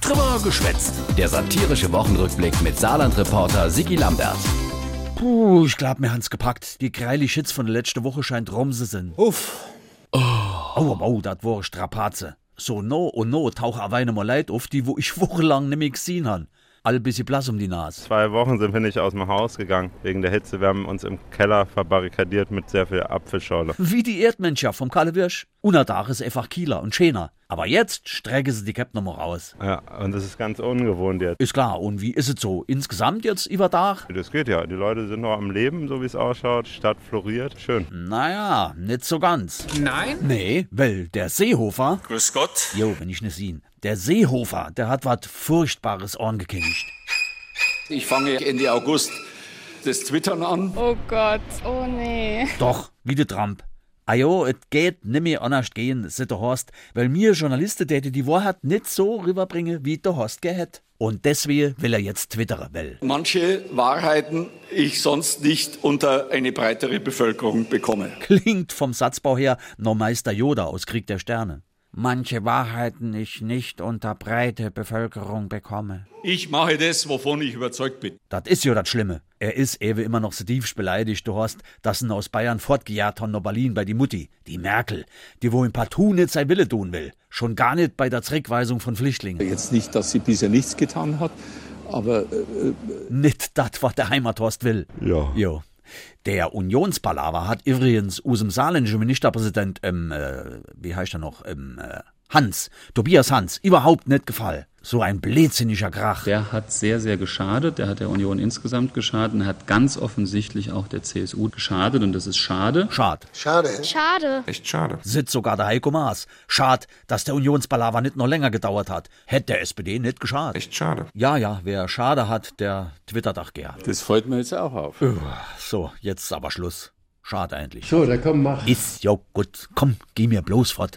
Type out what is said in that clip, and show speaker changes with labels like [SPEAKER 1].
[SPEAKER 1] Trimmer geschwätzt. Der satirische Wochenrückblick mit Saarland-Reporter Sigi Lambert.
[SPEAKER 2] Puh, ich glaub, mir hans gepackt. Die greilig Hits von der letzten Woche scheint rum zu sein.
[SPEAKER 3] Uff.
[SPEAKER 2] Au, au, au, dat war Strapaze. So no und no tauch auf einmal Leid auf, die wo ich wochenlang nimmer gesehen han. All bisschen blass um die Nase.
[SPEAKER 4] Zwei Wochen sind wir nicht aus dem Haus gegangen wegen der Hitze. Wir haben uns im Keller verbarrikadiert mit sehr viel Apfelschorle.
[SPEAKER 2] Wie die Erdmenscher vom Kalle Wirsch. Unadach ist einfach Kieler und schöner. Aber jetzt strecke sie die Cap nochmal raus.
[SPEAKER 4] Ja, und das ist ganz ungewohnt jetzt.
[SPEAKER 2] Ist klar, und wie ist es so? Insgesamt jetzt über Dach?
[SPEAKER 4] Das geht ja. Die Leute sind noch am Leben, so wie es ausschaut. Die Stadt floriert. Schön.
[SPEAKER 2] Naja, nicht so ganz.
[SPEAKER 3] Nein?
[SPEAKER 2] Nee, weil der Seehofer,
[SPEAKER 5] Grüß Gott.
[SPEAKER 2] jo, wenn ich nicht sehen, der Seehofer, der hat was Furchtbares angekündigt.
[SPEAKER 5] Ich fange Ende August das Twittern an.
[SPEAKER 6] Oh Gott, oh nee.
[SPEAKER 2] Doch, wie der Trump. Ah jo, et geht nimmer anders gehen, sit der Horst, weil mir Journalisten täte die Wahrheit nicht so rüberbringe, wie der Horst gehet. Und deswegen will er jetzt twittern, weil.
[SPEAKER 5] Manche Wahrheiten ich sonst nicht unter eine breitere Bevölkerung bekomme.
[SPEAKER 2] Klingt vom Satzbau her noch Meister Yoda aus Krieg der Sterne. Manche Wahrheiten ich nicht unter breite Bevölkerung bekomme.
[SPEAKER 5] Ich mache das, wovon ich überzeugt bin.
[SPEAKER 2] Das ist ja das Schlimme. Er ist ewe immer noch so tiefst beleidigt, du Horst, dass ihn aus Bayern fortgejagt haben nach Berlin bei die Mutti, die Merkel, die wo ihm partout nicht sein Wille tun will. Schon gar nicht bei der Zurückweisung von Flüchtlingen.
[SPEAKER 7] Jetzt nicht, dass sie bisher nichts getan hat, aber äh,
[SPEAKER 2] Nicht das, was der Heimathorst will.
[SPEAKER 4] Ja.
[SPEAKER 2] Jo. Der Unionspalaver hat übrigens aus dem saarländischen Ministerpräsident, ähm, äh, wie heißt er noch, ähm, äh, Hans, Tobias Hans, überhaupt nicht gefallen. So ein blödsinniger Krach.
[SPEAKER 8] Der hat sehr, sehr geschadet. Der hat der Union insgesamt geschadet und hat ganz offensichtlich auch der CSU geschadet. Und das ist schade.
[SPEAKER 2] Schad.
[SPEAKER 6] Schade.
[SPEAKER 2] Sitzt sogar der Heiko Maas. Schad, dass der Unionspalaver nicht noch länger gedauert hat. Hätte der SPD nicht geschadet. Echt schade. Ja, ja, wer schade hat, der twittert auch gern.
[SPEAKER 7] das fällt mir jetzt auch auf.
[SPEAKER 2] So, jetzt ist aber Schluss. Schade eigentlich.
[SPEAKER 9] So, dann komm, mach.
[SPEAKER 2] Ist ja gut. Komm, geh mir bloß fort.